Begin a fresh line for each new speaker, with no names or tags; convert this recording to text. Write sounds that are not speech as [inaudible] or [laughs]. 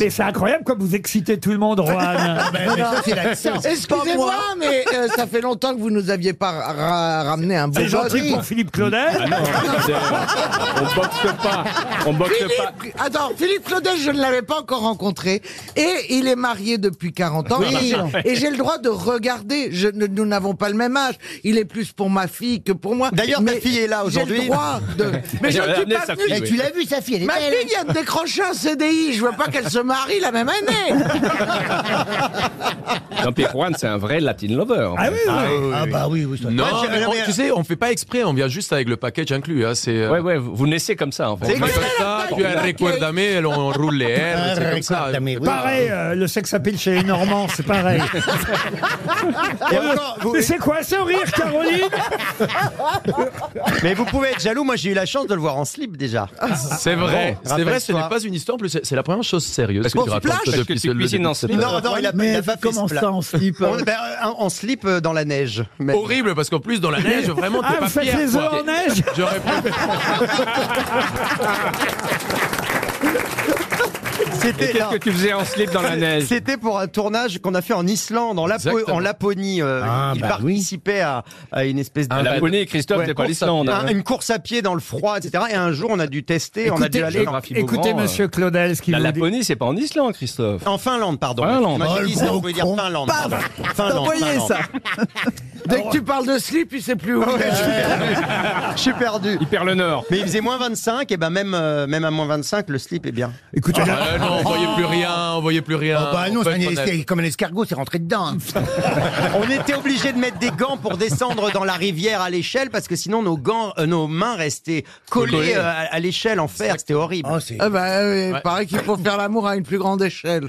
Mais c'est incroyable comme vous excitez tout le monde, Rohan.
Excusez-moi, mais euh, ça fait longtemps que vous nous aviez pas ra- ramené un beau
C'est gentil
body.
pour Philippe Claudel.
On boxe pas. On boxe pas.
Philippe, attends, Philippe Claudel, je ne l'avais pas encore rencontré. Et il est marié depuis 40 ans. Et, et j'ai le droit de regarder. Je, ne- nous n'avons pas le même âge. Il est plus pour ma fille que pour moi.
D'ailleurs, ta
Mais
fille est là
j'ai
aujourd'hui.
le droit de. Mais je
Elle a
ne suis
amené
pas
sa
venu-
fille,
Et tu l'as vu, sa fille, elle est
Ma
belle.
fille vient de décrocher un CDI. Je veux pas qu'elle se marie la même année.
Non, puis Juan, c'est un vrai Latin lover. en
Ah
fait.
oui, oui.
Ah bah oui, oui. ça-
Non,
Ouais, j'ai-
mais on-
j'ai-
tu sais, on fait pas exprès, on vient juste avec le package inclus. Hein, c'est, euh,
Ouais, ouais, vous vous naissez comme ça, en fait.
C'est
on met
exact.
comme ça, puis elle recuerdame, elle on roule les ailes, c'est comme ça.
Ah, mais oui.
Pareil, euh, le sex appeal chez les Normands, c'est pareil. Euh,
Et encore, vous-
Mais c'est quoi ce rire, Caroline
mais vous pouvez être jaloux, moi j'ai eu la chance de le voir en slip déjà.
Ah,
C'est vrai, c'est vrai, ce
rappelle-toi.
n'est pas une histoire, en plus, c'est c'est la première chose sérieuse que
qu'on
tu
se
racontes
plage
Parce que
depuis
tu
le
cuisines
début.
en slip.
Non, non, il a, il
Mais
a pas fait
comment
ce plat.
ça en slip
On- ben, euh, en slip euh, dans la neige. Mais-
Horrible, parce qu'en plus, dans la neige, vraiment, Oh, t'es
Ah,
pas
vous faites
fier.
les
quoi.
œufs en neige
J'aurais préféré-
Et
C'était
Qu'est-ce
non.
que tu faisais en slip dans la neige
C'était pour un tournage qu'on a fait en Islande, en, Lapo-
Exactement.
en Laponie. euh,
Ah,
il
bah
participait à, à une espèce de.
Un Laponie, Christophe,
Ouais,
c'est pas
course à-
l'Islande.
un-
hein.
une course à pied dans le froid, etc. Et un jour, on a dû tester, on a dû aller en,
Géographie
Écoutez,
Beaugrand, euh,
monsieur Claudel, ce qu'il
La
vous dit.
Laponie, c'est pas en Islande, Christophe.
en Finlande, pardon.
Finlande.
Moi, j'ai
Oh,
dit
le
ça,
gros
on pouvait dire
con.
Finlande. pardon. Finlande, Finlande.
Dès que tu parles de slip, il sait plus où.
Ouais, je suis perdu.
[laughs]
Je suis perdu.
Il perd le nord.
Mais il faisait moins 25, et ben même, euh, même à moins 25, le slip est bien.
Écoutez,
Ah, non, on voyait plus rien, on voyait plus rien.
Ah bah non,
En fait,
c'est un
on a-
esca- comme un escargot, c'est rentré dedans. hein.
On était obligé de mettre des gants pour descendre dans la rivière à l'échelle parce que sinon nos gants, euh, nos mains restaient collées euh, à, à l'échelle en fer. C'était horrible.
Oh, c'est-
Ah bah, oui,
Ouais.
Pareil qu'il faut faire l'amour à une plus grande échelle.